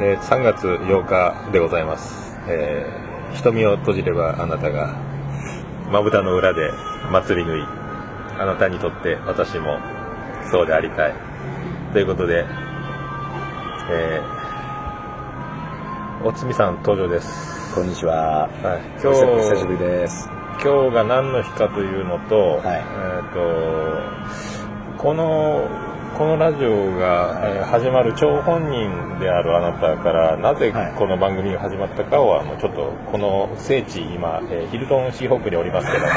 えー3月8日でございます、えー瞳を閉じればあなたがまぶたの裏で祭り縫いあなたにとって私もそうでありたいということで、えーおつみさん登場です、こんにちはは。い、今お久お久しぶり日です。今日が何の日かというのと,、はいえー、とこのこのラジオがはいえー始まる張本人であるあなたからなぜはいこの番組が始まったかはもうちょっとこの聖地今、えーヒルトンシーホークにおります けども、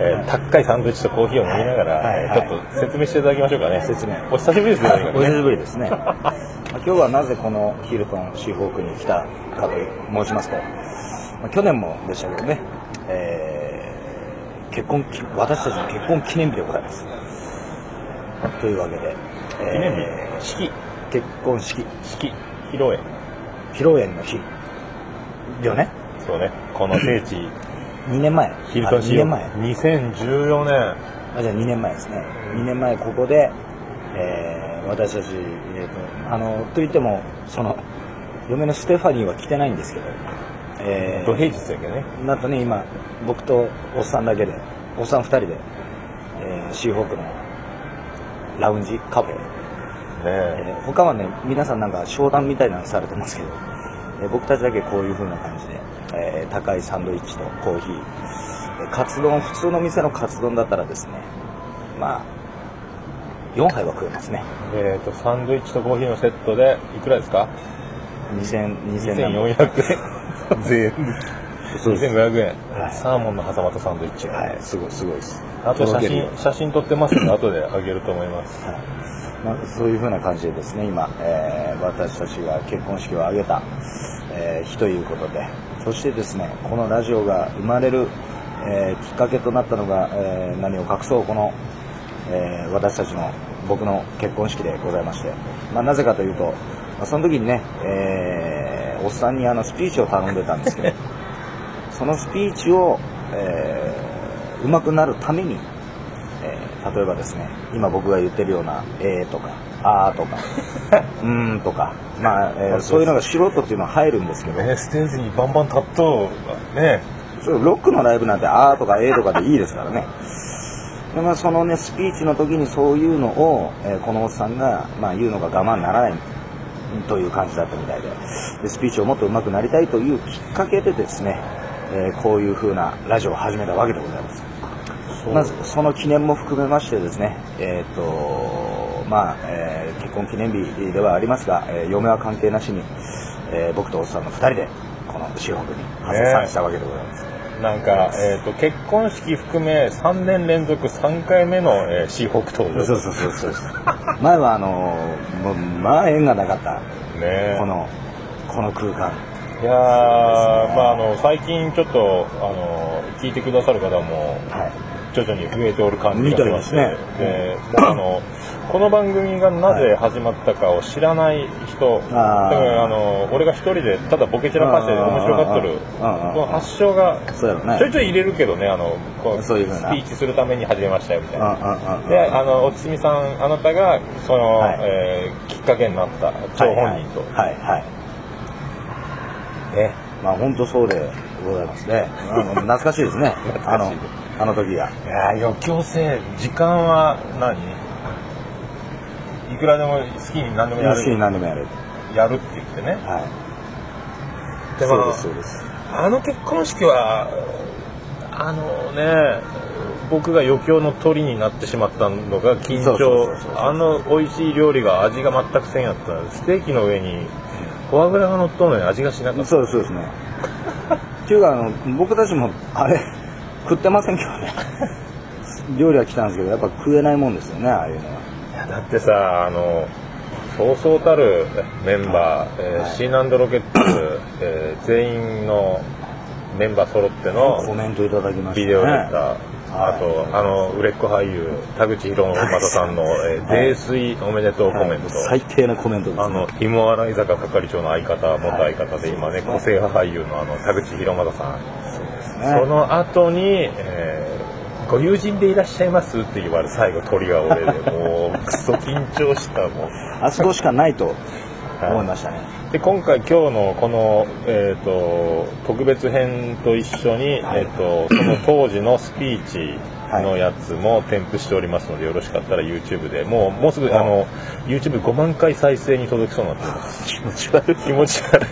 えー高いサンドイッチとコーヒーを飲みながら、はいえーはいちょっと説明していただきましょうかね説明お久しぶりですねお久しぶりですね。 まあ今日はなぜこのヒルトンシーホークに来たかと申しますと、まあ去年もでしたけどね、えー結婚記私たちの結婚記念日でございます。というわけで、記念日日式結婚式式披露宴披露宴の日だよね。そうねこの聖 地2年前。ヒルトンシーあ2年ホ前ーク。2014年あじゃあ2年前ですね2年前ここで、えー私たち、えーとあのと言ってもその嫁のステファニーは来てないんですけど、え土平日だけどねーなんとね今僕とおっさんだけでおっさん2人で、えーシーホークのラウンジカフェ、えねー他はね皆さんなんか商談みたいなのされてますけど、えー僕たちだけこういう風な感じで、えー高いサンドイッチとコーヒー、えーカツ丼普通の店のカツ丼だったらですねまあ4杯は食えますねえー、とサンドイッチとコーヒーのセットでいくらですか2000 2400 2400円税そうです2500円、はいサーモンの挟まったサンドイッチ、はいすごいすごいですあと写届けるよう真写真撮ってます ので後であげると思いますはいまあ、そういうふうな感じでですね今、えー私たちが結婚式を挙げた、えー日ということでそしてですねこのラジオが生まれる、えーきっかけとなったのが、えー何を隠そうこの、えー私たちの僕の結婚式でございまして、まあ、なぜかというと、まあその時にね、えーおっさんにあのスピーチを頼んでたんですけどそのスピーチを、えー、うまくなるためにえー例えばですね今僕が言ってるような「えー」とか「あー」とか 「うーん」とか、まあえーそういうのが素人っていうのは入るんですけどねステージにバンバン立っとうねそうロックのライブなんて「あー」とか「えー」とかでいいですからねで、まあ、そのねスピーチの時にそういうのを、えーこのおっさんが、まあ、言うのが我慢ならないという感じだったみたいででスピーチをもっと上手くなりたいというきっかけでですね、えーこういう風なラジオを始めたわけでございますそうまずその記念も含めましてですね、えーとまあえー結婚記念日ではありますが、えー嫁は関係なしに、えー僕とおっさんの2人でこのシーホークに発散したわけでございます、なんか、えー、と結婚式含め3年連続3回目の、えー、シーホーク登場そうそうそうそう 前はあのーもうまあ縁がなかったねこのこの空間いやー、まああの最近ちょっとあの聞いてくださる方もはい徐々に増えておる感じがしましてみたいですねでだからあ のこの番組がなぜ始まったかを知らない人、だあーからあの俺が一人でただボケ散らかして面白がっとるあーあーあーあーこの発祥がそうやろねちょいちょい入れるけどねあのこうスそピういうふうなーチするために始めましたよみたいな。うんうんうんであのおつみさんあなたがその、はいえーきっかけになった張本人と、はいはい、はいねまあ本当そうでございますね。あの 懐かしいですね懐。かあしのいあの時が。いやー余興性時間は何いくらでも好きに何でもや好きにる何でもやる。やるって言ってねはい。でそうもですそうです。あの結婚式はあのね僕が余興の鳥になってしまったのが緊そうそ張うそうそうあの美味しい料理が味が全くせんやったステーキの上にフォアグラが乗っとんのに味がしなかったそうですそうですね。っていうかあの僕たちもあれ食ってませんけどね。 料理は来たんですけどやっぱ食えないもんですよねああいうのは。いやだってさあのそうそうたるメンバー、えーはい C 難度ロケッツ、えー全員のメンバー揃ってのコメントいただきましたビね。デオレーター、あと、はいあの売れっ子俳優田口博正さんの「えーは泥い酔おめでとうコメント」はい最低なコメントですね。あの芋洗坂係長の相方元相方で今ね、はい個性派俳優のあの田口博正さん、そうですそね。の後に、えーご友人でいらっしゃいます?」って言われる最後鳥が俺でもうクソ緊張したもうあそこしかないとはい思いましたね、で今回今日のこの、えー、と特別編と一緒に、はいえー、とその当時のスピーチのやつも添付しておりますのでよろしかったら YouTube でもうもうすぐあの YouTube5 万回再生に届きそうになってます気持ち悪い気持ち悪い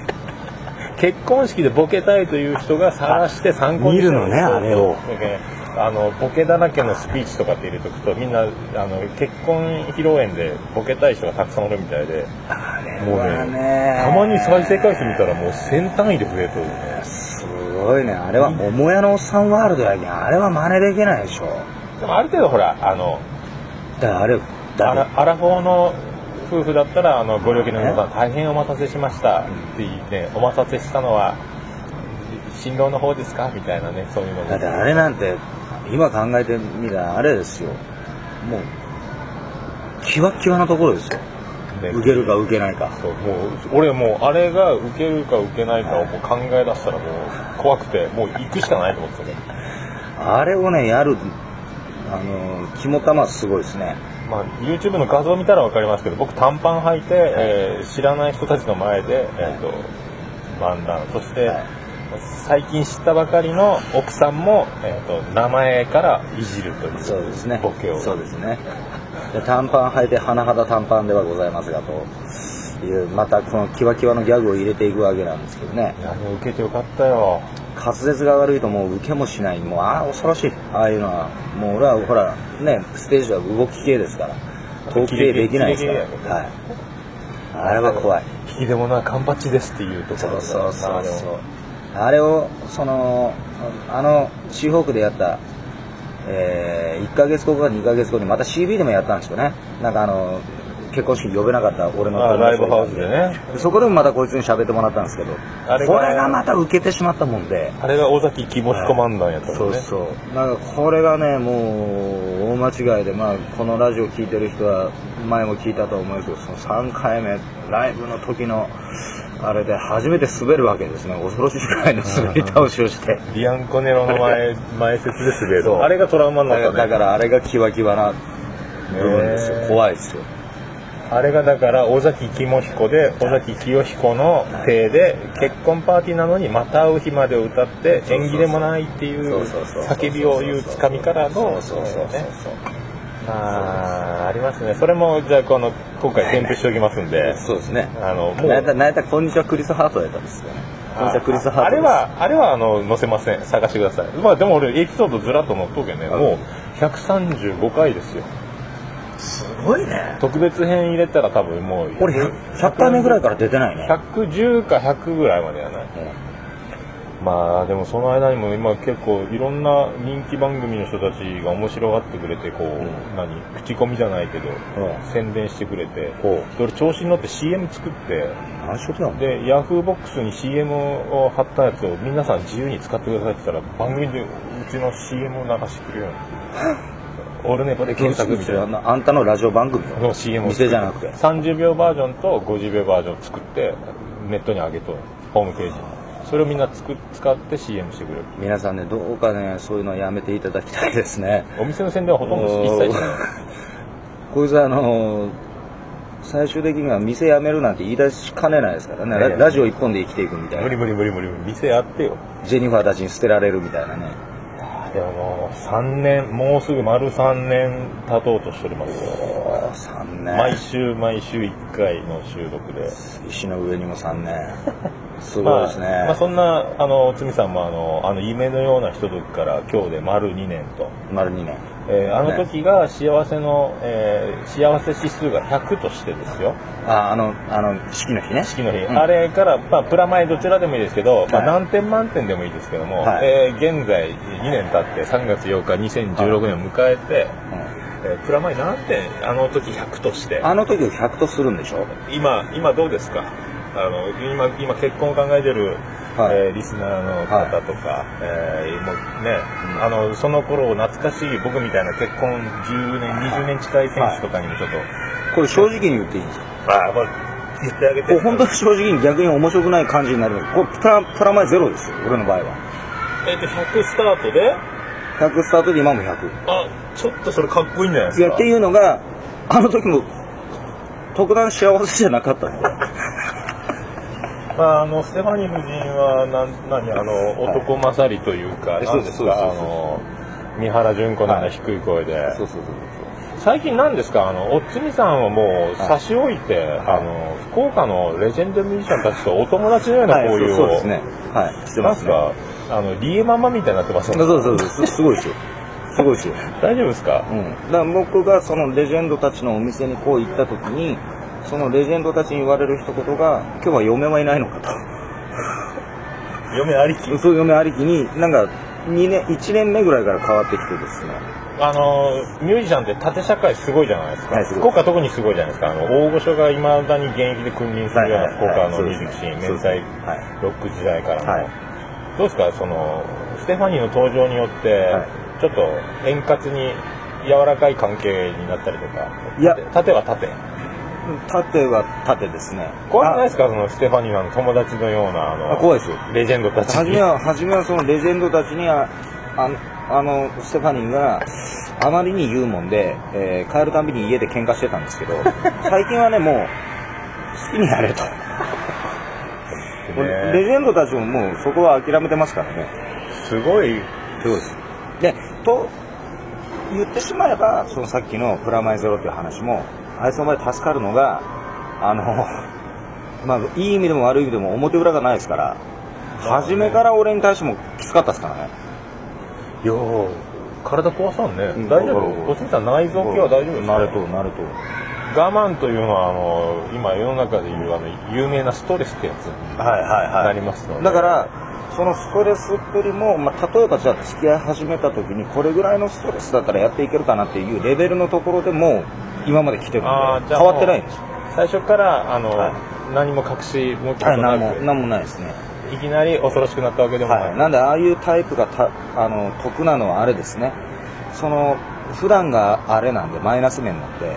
結婚式でボケたいという人が探して参考にして見るのねあれをだけどあのボケだらけのスピーチとかって入れとくとみんなあの結婚披露宴でボケたい人がたくさんおるみたいであれもうはねねたまに再生回数見たらもう1000単位で増えとるねすごいねあれは桃屋のおっさんワールドやけんあれは真似できないでしょでもある程度ほらあのだからあれアだラアラフォーの夫婦だったらあのご両親の皆さん大変お待たせしましたって言って、お待たせしたのは新郎の方ですかみたいなねそういうのもだってあれなんて今考えてみたらあれですよもうキワッキワのところですよね受けるか受けないかそうもう俺もうあれが受けるか受けないかをもう考え出したらもう怖くてもう行くしかないと思ってたねあれをねやるあの肝玉すごいですねまあ、YouTube の画像見たら分かりますけど僕短パン履いて、えー知らない人たちの前で、えー、と漫談そして、はい最近知ったばかりの奥さんも、えー、と名前からいじるというそうですねボケをそうですねで短パン履いて甚だ短パンではございますがというまたこのキワキワのギャグを入れていくわけなんですけどねいやあれ受けてよかったよ滑舌が悪いともう受けもしないもうああ恐ろしいああいうのはもう俺はほらねステージは動き系ですから統計できないですかキレキレキレキレら、はい、あれは怖い引き出物は缶バッチですっていうところそうそうそまあうでもそうあれをそのあのシーホークでやった、え1ヶ月後か2ヶ月後にまた CB でもやったんですよねなんかあの結婚式に呼べなかった俺のまあ友ライ達ブがいハウたんスでねそこでもまたこいつに喋ってもらったんですけどあれがこれがまた受けてしまったもんであれが尾崎肝彦漫談やったもんね、そうなんかこれがねもう大間違いで、まあ、このラジオ聞いてる人は前も聞いたと思うんですけどその3回目ライブの時のあれで初めて滑るわけですね恐ろしいぐらいの滑り倒しをしてビアンコネロの 前前説で滑そうるあれがトラウマにだかならったねだからあれがキワキワな部分ですよ、へー怖いですよあれがだから尾崎肝彦で尾崎清彦の体で結婚パーティーなのに「また会う日まで」を歌ってそうそう縁起でもないっていう叫びを言うつかみからのそうそうそうそうねあーありますねそれもじゃあこの今回添付しておきますんでそうですねあのもうなやたなんやったらこんにちはクリス・ハートやったんですよねこんにちはクリス・ハートああでれすはあれはあの載せません探してくださいまあでも俺エピソードずらっと載っとけねはいもう135回ですよすごいね特別編入れたら多分もう俺 100, 100回目ぐらいから出てないね110か100ぐらいまでやないうんまあでもその間にも今結構いろんな人気番組の人たちが面白がってくれてこう、うん何口コミじゃないけど、ん宣伝してくれてほう俺調子に乗って CM 作って何しようとやもんでヤフーボックスに CM を貼ったやつを皆さん自由に使ってくださいって言ったら番組でうちの CM を流してくれるよ うに俺ねこれ検索みたいなあのあんたのラジオ番組のの CM を店じゃなくて30秒バージョンと50秒バージョン作ってネットに上げとるホームページにそれをみんなつく使って CM してくれる皆さんねどうかねそういうのやめていただきたいですねお店の宣伝はほとんど一切しないこいつはあのー最終的には店辞めるなんて言い出しかねないですからねいやいラやラジオ一本で生きていくみた無い理無な理無理無理無理店やってよジェニファーたちに捨てられるみたいなねでももう3年もうすぐ丸3年経とうとしております3毎年週毎週1回の収録で石の上にも3年 すまごいあですね、まあそんなあのつみさんもあのあの夢のようなひとときから今日で丸2年と、丸2年えーあのね時が幸せの、えー幸せ指数が100としてですよああのあの式の日ね式の日、うんあれから、まあ、プラマイどちらでもいいですけど、まあ、はい何点満点でもいいですけども、はいえー現在2年経って3月8日2016年を迎えて、うんえープラマイ何点あの時100としてあの時を100とするんでしょ今今どうですかあの今今結婚を考えてる、はいえーリスナーの方とか、えーもうね、うんあのその頃を懐かしい僕みたいな結婚10年20年近い選手とかにもちょっと、これ正直に言っていいんですかああこれ言ってあげこてれ本当に正直に逆に面白くない感じになりますこれプラプラマイゼロですよ俺の場合はえっ、と100スタートで100スタートで今も100あちょっとそれかっこいいんじゃないですいかやっていうのがあの時も特段幸せじゃなかったのねまあ、あのステファニー夫人はなん何あのはい男勝りというか、なえんそうですかそうあですの三原純子のようなはい低い声で、そうそうそう最近なんですかあのおつみさんをもうはい差し置いて、あの福岡のレジェンドミュージシャンたちとお友達のようなはい交そう流そうを、ですねはいしてますねなんかあのリエママみたいになってますそもんうそうそうすすごいですよすごいですよ大丈夫ですか、うん、だから僕がそのレジェンドたちのお店にこう行った時にそのレジェンドたちに言われる一言が「今日は嫁はいないのか」嫁ありきとそう嫁ありきになんか2年1年目ぐらいから変わってきてですねあのミュージシャンって縦社会すごいじゃないですか、はいすごい福岡特にすごいじゃないですかあの大御所がいまだに現役で君臨するような福岡のミュージックシーン、そう明ですね太はいロック時代からの、はいどうですかそのステファニーの登場によって、はいちょっと円滑に柔らかい関係になったりとかいや縦縦は縦縦は縦ですね怖くないですかそのステファニーの友達のようなああのあ怖いですよレジェンドたち初に めは初めはそのレジェンドたちにああのあのステファニーがあまりに言うもんで、えー帰るたびに家で喧嘩してたんですけど最近はねもう好きになれと、もうねレジェンドたちももうそこは諦めてますからねすごいそうですでと言ってしまえばそのさっきの「プラマイゼロ」という話もあいつの場合助かるのがあの まあいい意味でも悪い意味でも表裏がないですから初めから俺に対してもきつかったですからねいやー体壊さんね、うん大丈そうそう夫おすみさん内臓系は大丈夫ですかなるとなると我慢というのはあの今世の中でいうあの有名なストレスってやつにはいはいはいなりますので、だからそのストレスっぷりも、まあ、例えばじゃあ付き合い始めた時にこれぐらいのストレスだったらやっていけるかなっていうレベルのところでもう今まで来てるあーんでじゃあ変わってないんですよ最初からあの、はい何も隠し持つことはいななんもく、なんもないですねい、きなり恐ろしくなったわけでもな、はいい、なんでああいうタイプがたあの得なのはあれですねその普段があれなんでマイナス面なんで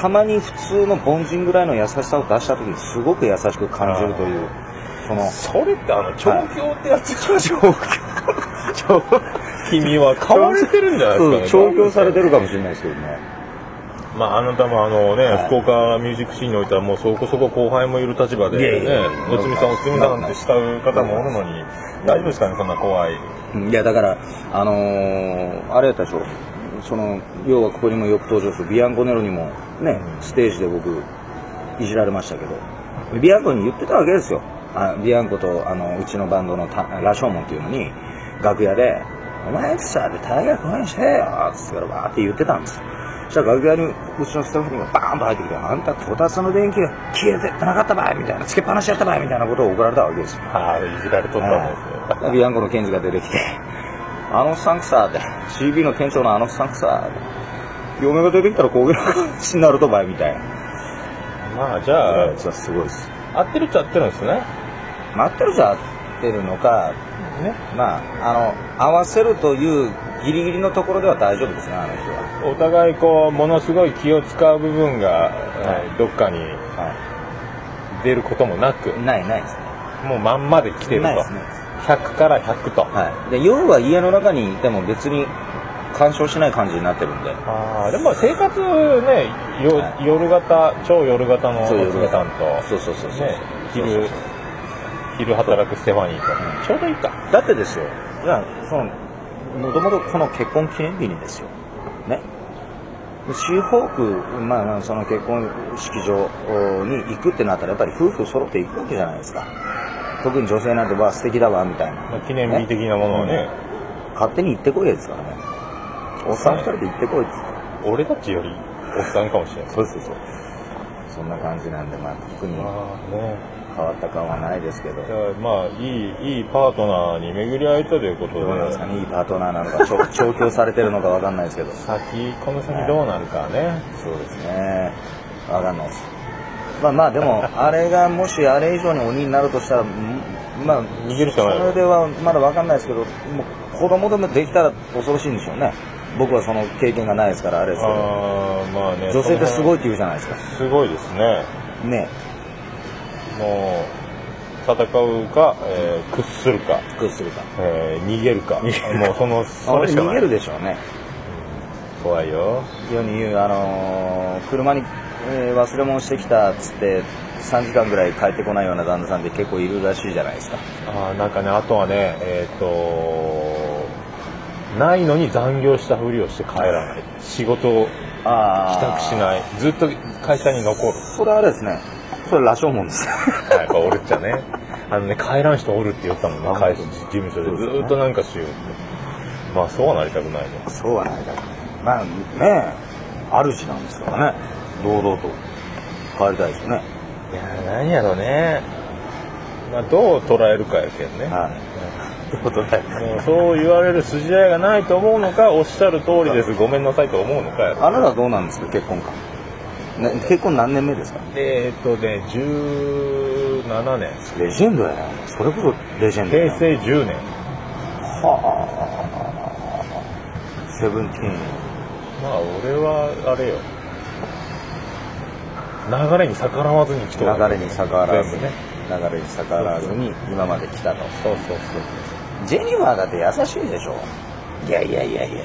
たまに普通の凡人ぐらいの優しさを出した時にすごく優しく感じるというそのそれってあの調教ってやつ、状 況状況君は買われてるんじゃないそうですか、調教されてるるかもしれないですけどねまああなたもあのね、はい福岡ミュージックシーンにおいてはもうそこそこ後輩もいる立場でいやいねやいやおつみさんおつみさんって慕う方もおるのに大丈夫ですかねそんな怖いいやだからあのーあれやったでしょその要はここにもよく登場するビアンコネロにもねうんステージで僕いじられましたけどビアンコに言ってたわけですよあビアンコとあのうちのバンドのたラショーモンっていうのに楽屋で「お前さ大学応援してよ」っつってからわーって言ってたんですよそしたら楽屋にうちのスタッフにもバーンと入ってきて「あんたこたつの電気が消えてなかったばい」みたいな「つけっぱなしやったばい」みたいなことを怒られたわけですよはいいじられとったもんですよ、ビアンコの検事が出てきて、あのおっさんくさって、CB の店長のあのおっさんくさって、嫁が出てきたらこういう話になるとばいみたいな。まあじゃあ、それはすごいです。合ってるっちゃ合ってるんですね待ってるじゃってるのか、ねまあ、あの、合わせるというギリギリのところでは大丈夫ですね、あの人は。お互いこうものすごい気を使う部分が、はいどっかには出ることもなくい。ない、ないですね。もうまんまで来てるとないですね。 100から100と、はい。で、要は家の中にいても別に干渉しない感じになってるんで。あーでも生活ねよ、はい夜型超夜型のおそう夜つ型みさんとそうそうそうそう。ねそうそ昼うそう昼働くステファニーと、うんちょうどいいかだってですよじゃあそのもともとこの結婚記念日にですよねシーホーク、まあまあ、その結婚式場に行くってなったらやっぱり夫婦揃って行くわけじゃないですか特に女性なんてわあ素敵だわみたいなまあ記念日的なものをね勝手に行ってこいですからねおっさん二人で行ってこいっつって俺たちよりおっさんかもしれないそうそうそうそんな感じなんでまあ特にああね変わった感はないですけどじゃあまあいいいいパートナーに巡り会えたということでどうなんですかねいいパートナーなのかちょ調教されてるのかわかんないですけど先この先どうなるかねそうですね。わかんないです。まあまあでも、あれがもしあれ以上に鬼になるとしたら、んまあ、逃げるしかないそれではまだわかんないですけど、もう子供でもできたら恐ろしいんでしょうね。僕はその経験がないですから、あれですけど。あーまあね女性ってすいごいって言うじゃないですか。すごいですねねもう戦うか、えー屈するか、え、屈するか。えー逃げるかもうその あそれ俺しか逃なげいるでしょうね。怖いよ世に言う、あのー車に、えー忘れ物してきたっつって、 3時間ぐらい帰ってこないような旦那さんって結構いるらしいじゃないですかあーなんかねあとはねえっ、とないのに残業したふりをして帰らない仕事をあ帰宅しないいずっと会社に 残るそれはあれですねそれ羅生門 ですねやっぱおるっちゃねあのね帰らん人おるって言ったもんねあ会社本事当務所そうでですずよねーっとなんかしようってまあそうはなりたくないねそうはないだろうねまあね主なんですからね堂々と帰りたいですよねいやーなんやろねまあどう捉えるかやけんね、はいということでもうそう言われる筋合いがないと思うのかおっしゃる通りですごめんなさいと思うのかやろあなたはどうなんですか結婚か、ね、結婚何年目ですかえーっとね17年レジェンドやな、それこそレジェンドやな平成10年はあセブンティーンまあ俺はあれよ流れに逆らわずに来と流れに逆らわず全に、部ね流れに逆らわずに今まで来たとそうそうそうジェニファーだって優しいでしょいやいやいやい や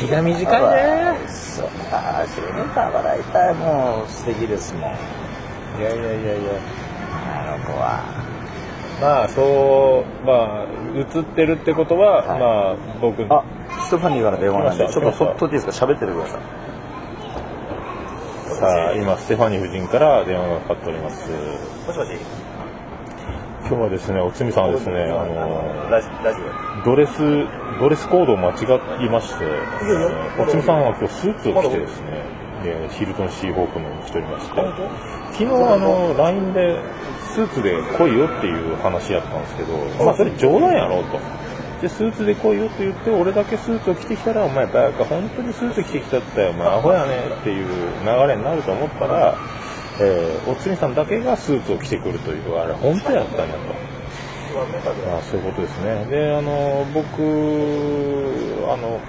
気が短いねそうああジェニファーは大体もう素敵ですもんあいやいやいやいやの子はまあそうまあ映ってるってことは、はいまあ僕あステファニーから電話なんで来ましちたょっとほっといていいですか喋っててくださいさあ今ステファニー夫人から電話がかかっておりますもしもし今日はですねおつみさんはですねあのラジラジオドレスドレスコードを間違いましていやいやあのおつみさんは今日スーツを着てですねでヒルトンシーホークのに来ておりまして昨日あの LINE でスーツで来いよっていう話やったんですけどまあそれ冗談やろとでスーツで来いよって言って俺だけスーツを着てきたらお前バカ本当にスーツ着てきたってお前アホやねっていう流れになると思ったら、えーおつみさんだけがスーツを着てくるというあれ本当やったんやと。まあ、そういうことですね。で、あの、僕、あの、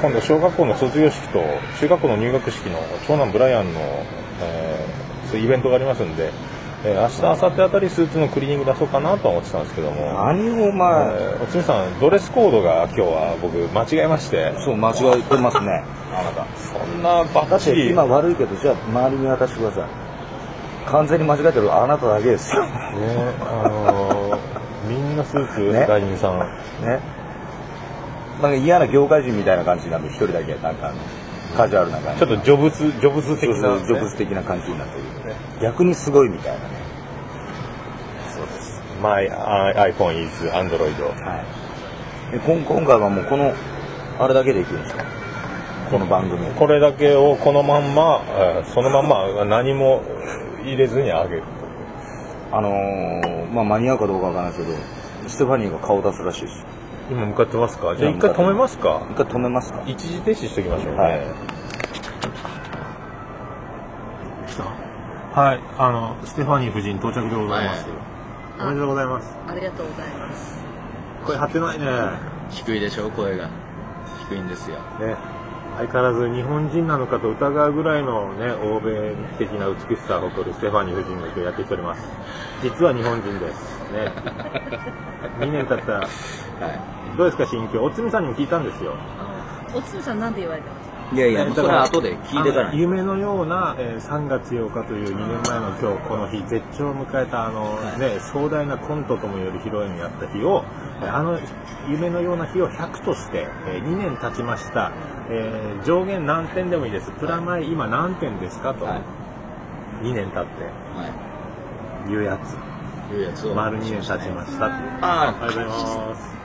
今度小学校の卒業式と中学校の入学式の長男ブライアンの、えーそういうイベントがありますんで、えー明日、明後日あたりスーツのクリーニング出そうかなとは思ってたんですけども、何をおえ前ーおつみさん、ドレスコードが今日は僕間違えまして、そう間違えてますねあなたそんなバッだっチてリ、今ね悪いけどじゃあ周りに渡してください完全に間違えてるあなただけですよねあのーみんなスーツ、ね大臣さん。なんか嫌な業界人みたいな感じになって一人だけなんかあのカジュアルな感じちょっとジョブズ、ジョブズ的な、ジョブズ的な感じになってるね逆にすごいみたいなねそうです、 My i- iPhone is Android はい、で今今回はもうこのあれだけでいくんですかこの番組をこれだけをこのまんまえーそのまんま何も入れずにあげるあのーまあ間に合うかどうかわからないですけどステファニーが顔出すらしいですよ今向かってますかじゃあ一回止めますか一回止めますか一時停止しておきましょうね、はいはい、あの、ステファニー夫人到着でございます。いおめでとうございます。ありがとうございます。これ張ってないね。低いでしょ声が低いんですよね。相変わらず日本人なのかと疑うぐらいのね、欧米的な美しさを誇るステファニー夫人が今日やってきております。実は日本人です。 ね。2年経ったはいどうですか心境おつみさんにも聞いたんですよおつむさんなんて言われてますいやいやえもーうそれだらは後で聞いてかあらの夢のような、えー3月8日という2年前の今日この日絶頂を迎えたあの、はいね、壮大なコントともより披露宴にあった日を、えーあの夢のような日を100として、え2年経ちました、えー上限何点でもいいですプラマイ今何点ですかと、はい2年経っはていうやいいうやつつを丸2年経ちましたっていうあありがとうございます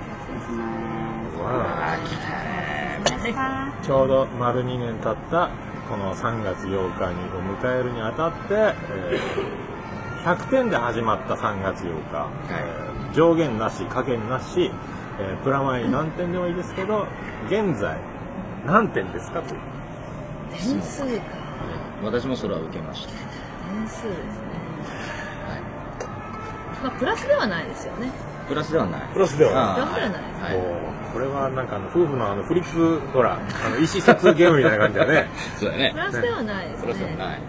あ来たねちょうど丸2年経ったこの3月8日にを迎えるにあたって、えー100点で始まった3月8日、えー上限なし加減なし、えープラマイ何点でもいいですけど現在何点ですかと点数か。私もそれは受けまし点数ですね。たはまあ、プラスではないですよね。いプラスではないロスであプラスではない。はいこれはなんかあの夫婦のあのフリップほらあの意思疎通ゲームみたいな感じだねそうだプねラスではないですプラスではね。ない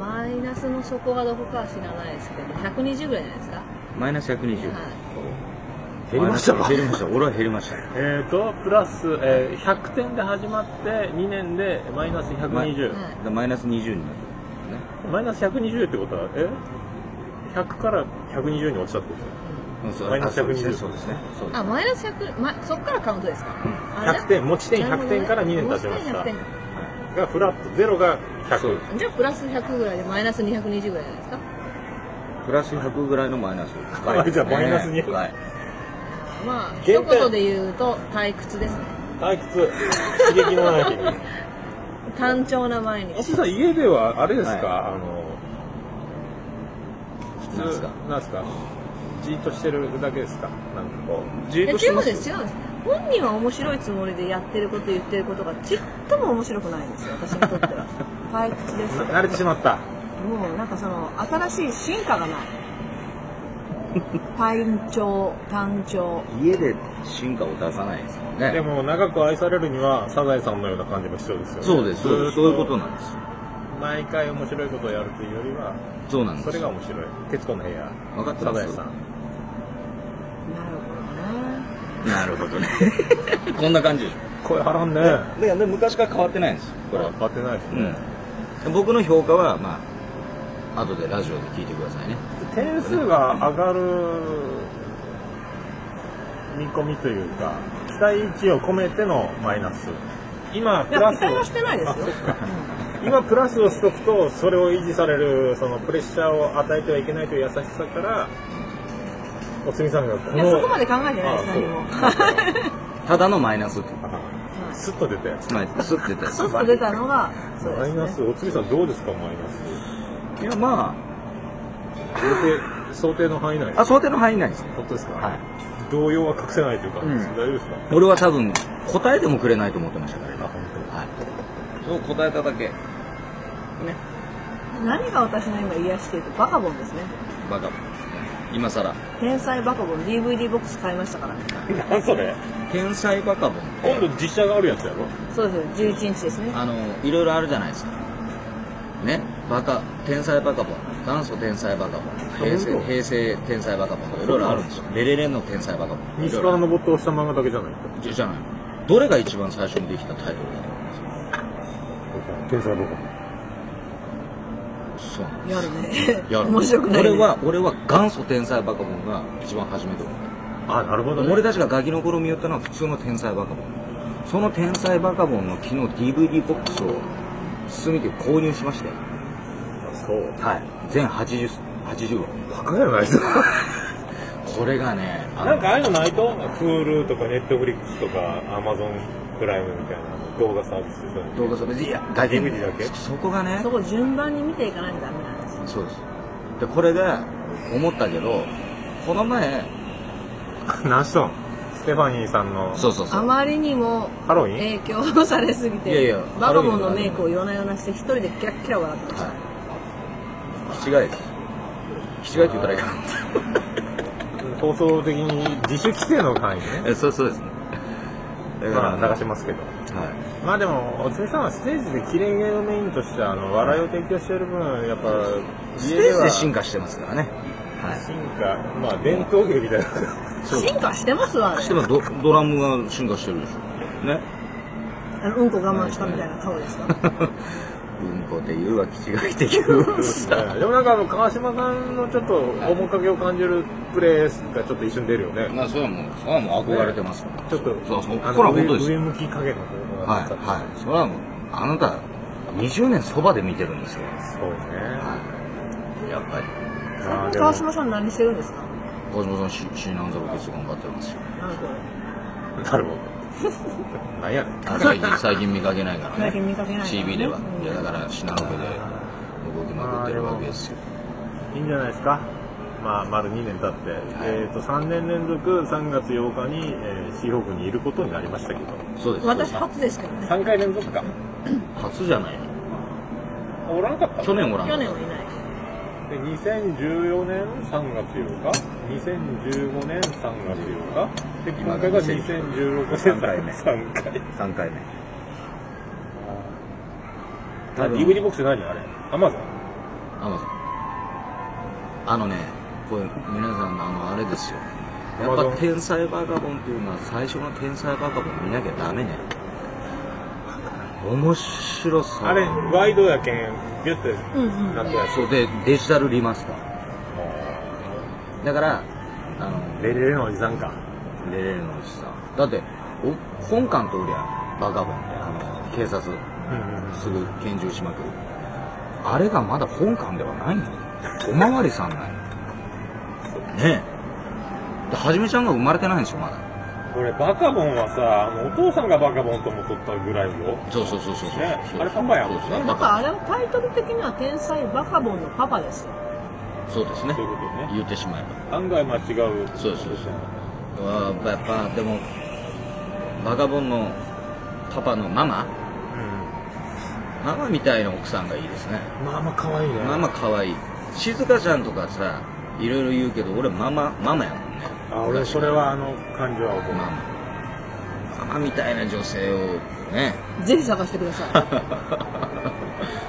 マイナスの底がどこかは知らないですけど、120ぐらいじゃないですか。マイナス120はい 減りましたかマイナス減りました俺は減りましたえーとプラス、えー100点で始まって2年でマイナス120、はいマイナス20になるねマイナス120ってことはえ100から120に落ちたってことうんそうマイナスあそうですね120そうですねそうですあマイナス100、ま、そっからカウントですか、あれ100点持ち点100点から2年経ちまし100点たがフラットゼロがそう100じゃあプラス100ぐらいでマイナス220ぐらいじゃないですかプラス100ぐらいのマイナス深いです ねじゃあマイナス200深いまあ一減点言で言うと退屈ですね退屈刺激のない日 に単調な毎お日父さん家ではあれですか、はあの普なんす通かなんすかじーっとしてるだけですかなんかこうじーえっ違うとんしてまですす違うんです本人は面白いつもりでやってること言ってることがちっとも面白くないんですよ私にとっては退屈ですな慣れてしまったもうなんかその新しい進化がない単調単調家で進化を出さないですもんでねも長く愛されるにはサザエさんのような感じも必要ですよねそうですそうですそういうことななんですよ毎回面白いことをやるというよりはそうなんですそれが面白い「徹子の部屋」分かってサまザエすさんなるほどねなるほどねこんな感じでし声張らんねょでで昔から変わってないんですよここれれは当たってないですうねん、で僕の評価はまあ後でラジオで聞いてくださいね点数が上がる見込みというか期待値を込めてのマイナス今いプやラ期ス待はしをてないですよ今プラスをしとくとそれを維持されるそのプレッシャーを与えてはいけないという優しさからおつみさんがこいやそこまので考えてないですあそう何もただのマイナスってスッと出てつまりスッてたやつそうすと出たのがそうマイでナすスねおつみさんどうですかマイナスいやま想定想定の範囲内ああ想定の範囲内ですね本当ですか、はい動揺は隠せないというか、うん大丈夫ですか俺は多分答えてもくれないと思ってましたから今あ本はいそう答えただけね何が私の今癒してるとバカボンですねバカ今さら天才バカボン DVD ボックス買いましたから当 何それ天才バカボンって今度実写があるやつやろそうですよ11日ですねあのいろいろあるじゃないですかねバカ天才バカボン元祖天才バカボン平あ本成当平成天才バカボンとかいろいろあるんですよレレレンの天才バカボンい西ろいかろあらる登って押した漫画だけじゃないかじゃないどれが一番最初にできたタイトルだと思います天才僕そうなんです夜ねやる面白くないね俺は俺は元祖天才バカボンが一番初めて思ったあなるほど、ね、俺たちがガキの頃見よったのは普通の天才バカボンその天才バカボンの昨日 DVD ボックスを進みて購入しましてそうはい全80 80話バカじゃ ないですかこれがねあのなんかああいうのないと Hulu とか Netflix とか Amazon プライムみたいな動画サービスでそういうの動画サービスいやだけ DVD だけそそこがねそこ順番に見ていかないとダメなんですそようですでこれが思ったけどこの前何しとんステファニーさんのそうそうそあうまりにもハロウィン、影響されすぎていやいやバカボンのメイクを夜な夜なして一人でキラッキラ笑ってました、はい気違いです気違いって言ったらいいか放送的に自主規制の範囲ねなえそうそうですねだまあ流しはますけどいまあでもおつみさんはステージで綺麗芸をメインとしてあの笑いを提供している分やっぱステージで進化化してますからね。は進化まあ伝統芸みたいな 進化してますわあしてれもドドラムが進化してるでしょ。ね。あのうんこ我慢したみたいな顔ですかうんこって言うわ、気違いって言うわさ。でもなんかあの川島さんのちょっと面影を感じるプレーがちょっと一瞬出るよね まあ、それはもう、それはもう憧れてますから。ちょっとそうそうあのこれは本当です上上向き加減のところはい、がはい。それはもう、あなた、20年そばで見てるんですよ。そうねはい。やっぱり、あーでも川島さん何してるんですか小島さん、シシーナンザロケス頑張って ますよ。なんかなるほ どなんやねんあ最近、最近見かけないから最近ね。見かけないからね TV ではう。いんや、だから、シナロケで動きまくってるわけですよ。いいんじゃないですか、まあ、丸2年経って、えー、と3年連続3月8日に、えー、シーホークにいることになりましたけどそうです。私そうで初ですけどね3回連続かす初じゃないのおらなかった去年おらんか去った年はいないで2014年3月8日2015年3月8日で今回が2016年3回3回3回目あ DVD ボックス何あれアマゾンアマゾンあのねこれ皆さんのあのあれですよやっ Amazon ぱ天才バカボンっていうのは最初の天才バカボン見なきゃダメね面白さあれワイドやけんビュッてうんうんなってやつそうでデジタルリマスターだからあのレレレのおじさんかレレレのおじさんだってお本館とおりゃバカボンあの警察すぐ拳銃しまくるあれがまだ本館ではないのおまわりさんなんよねえではじめちゃんが生まれてないんでしょまだ俺バカボンはさあのお父さんがバカボンとも取ったぐらいよそうそうそうそうそう、ねそうあれパパやもんねそうそうだからあれはタイトル的には「天才バカボンのパパ」ですよそうですねそういうことね言ってしまえば案外間違うそうですそうですあーやっぱでもバカボンのパパのママうんママみたいな奥さんがいいですねまあまあ可愛いねママ可愛い静香ちゃんとかさいろいろ言うけど俺ママママやもんねあ俺それはあの感情はマ僕マママみたいな女性をねぜひ探してください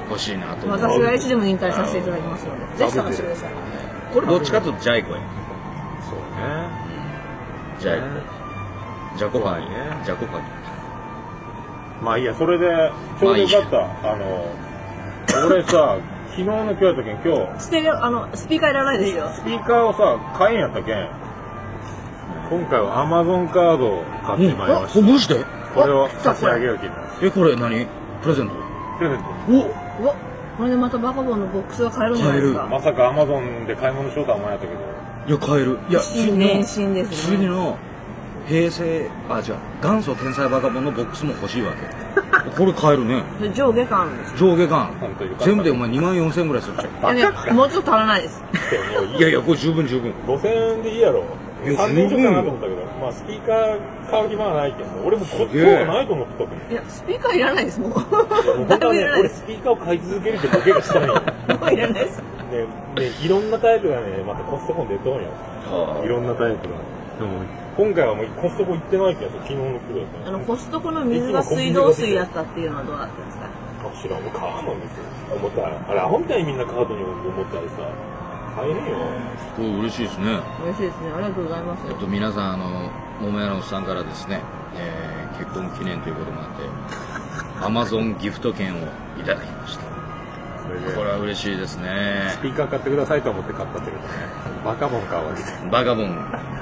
欲しいなと思う私がいつでも引退させていただきますのでぜひ探してくださいこれどっちかというとジャイコやそうねジャイねコジャコパギ怖いねジャコパギまあいいやそれでちょうどよかった、あ、の俺 さ昨日の今日やったけん今日ステレオあのスピーカーいらないですよスピーカーをさ買えんやったけん今回はアマゾンカードを買ってまいりました、マジでこれを差し上げる気になるえこれ何プレゼントプレゼントうわこれでまたバカボンのボックスが買えるんじゃないですかまさかアマゾンで買い物しようとは思わなかったけどいや買えるいやいい年進ですね次の平成あじゃ元祖天才バカボンのボックスも欲しいわ けこれ買えるねそれ上下感です上下感本当よかった全部でお前2万4000円ぐらいするじゃんいやねもうちょっと足らないです いやいやこれ十分十分5000円でいいやろいや3年以上かなと思ったけど、まあ、スピーカー買う暇はないけど俺もこっすげえはないと思ってたけどいやスピーカーいらない ですもうも う本誰当はもいねらない俺ですスピーカーを買い続けるってボケがしたいよ ねもういらないですねいろんなタイプがねまたコストコに出とんやいろんなタイプがでも今回はもうコストコ行ってないけど昨日の黒やあかのコストコの水が水道水やったっていうのはどうだったんですから知らん俺カードに思ったらあれアホみたいにみんなカードに思ったりさ大変よすごい嬉しいですね嬉しいですねありがとうございますえっと皆さんあの桃屋のおっさんからですね、えー結婚記念ということもあって アマゾンギフト券をいただきましたそれでこれは嬉しいですねスピーカー買ってくださいと思って買ったんだけどねバカボン買うわけでバカボン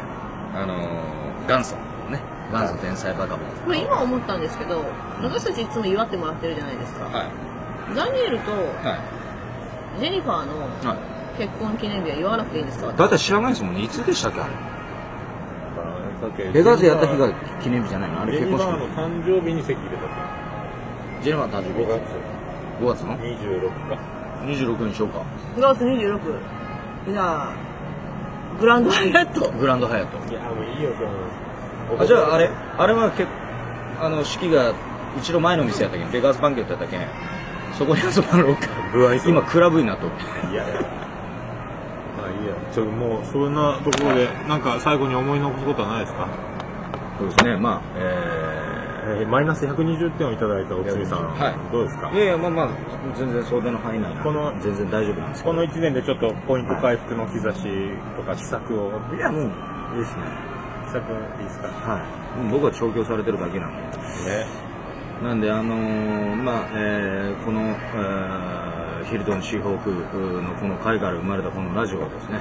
あのー元祖ね元祖天才バカボンこれ今思ったんですけど私たちいつも祝ってもらってるじゃないですかはいダニエルとはジェニファーのいは結婚記念日は祝わなくていいんですかいだって知らないですもんねいつでしたっけあだれレガーゼやった日が記念日じゃないのあれジェ結ニ婚バ式ーの誕生日に席入れたジェニバーの誕5生日月5月の26か26にしようか5月26じゃあグランドハイアットグランドハヤトいやもういいよそのあじゃああれあれはけあの式がうちの前の店やったけんベガーズバンケットやったけんそこに集まろうか具合今クラブになっとるいやいやまあいいやちょっともうそんなところでなんか最後に思い残すことはないですかそうですねまあええーマイナス120点をいただいたおつみさん、はいどうですかいやいやまあまあ全然相談の範囲内なこの全然大丈夫なんですけこどの1年でちょっとポイント回復の兆しとか施策をいや もういいですね施策いいですかはいもう僕は調教されてるだけなんでねなんで、あのーまあえーこの、えーヒルトンシーホークのこの会から生まれたこのラジオはですね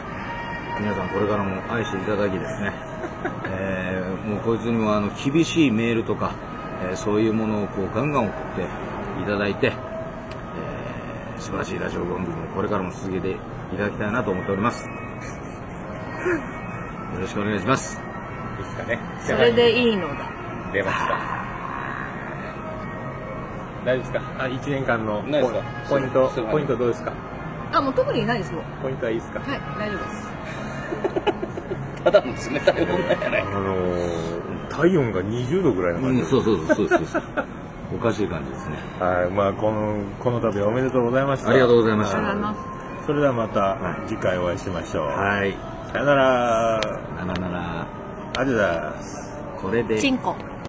皆さんこれからも愛していただきです ね、えーもうこいつにもあの厳しいメールとか、えーそういうものをこうガンガン送っていただいて、えー素晴らしいラジオ番組もこれからも続けていただきたいなと思っておりますよろしくお願いします いいですかねそれでいいのだ出ました大丈夫ですかあ1年間のないですかポイントすぐポイントどうですかあもう特にないですもうポイントはいいですかはい大丈夫ですただの冷たい女やないあのー、体温が20度ぐらいの感じうでん、す、そうそうそうそうそうそう。おかしい感じですね。はいまあこのこの度はおめでとうございましたありがとうございましあたりがとうござはいますいそれではまはたい次回お会いしましょう、はい。さよならあならなりがら、とうございますこれで。チンコ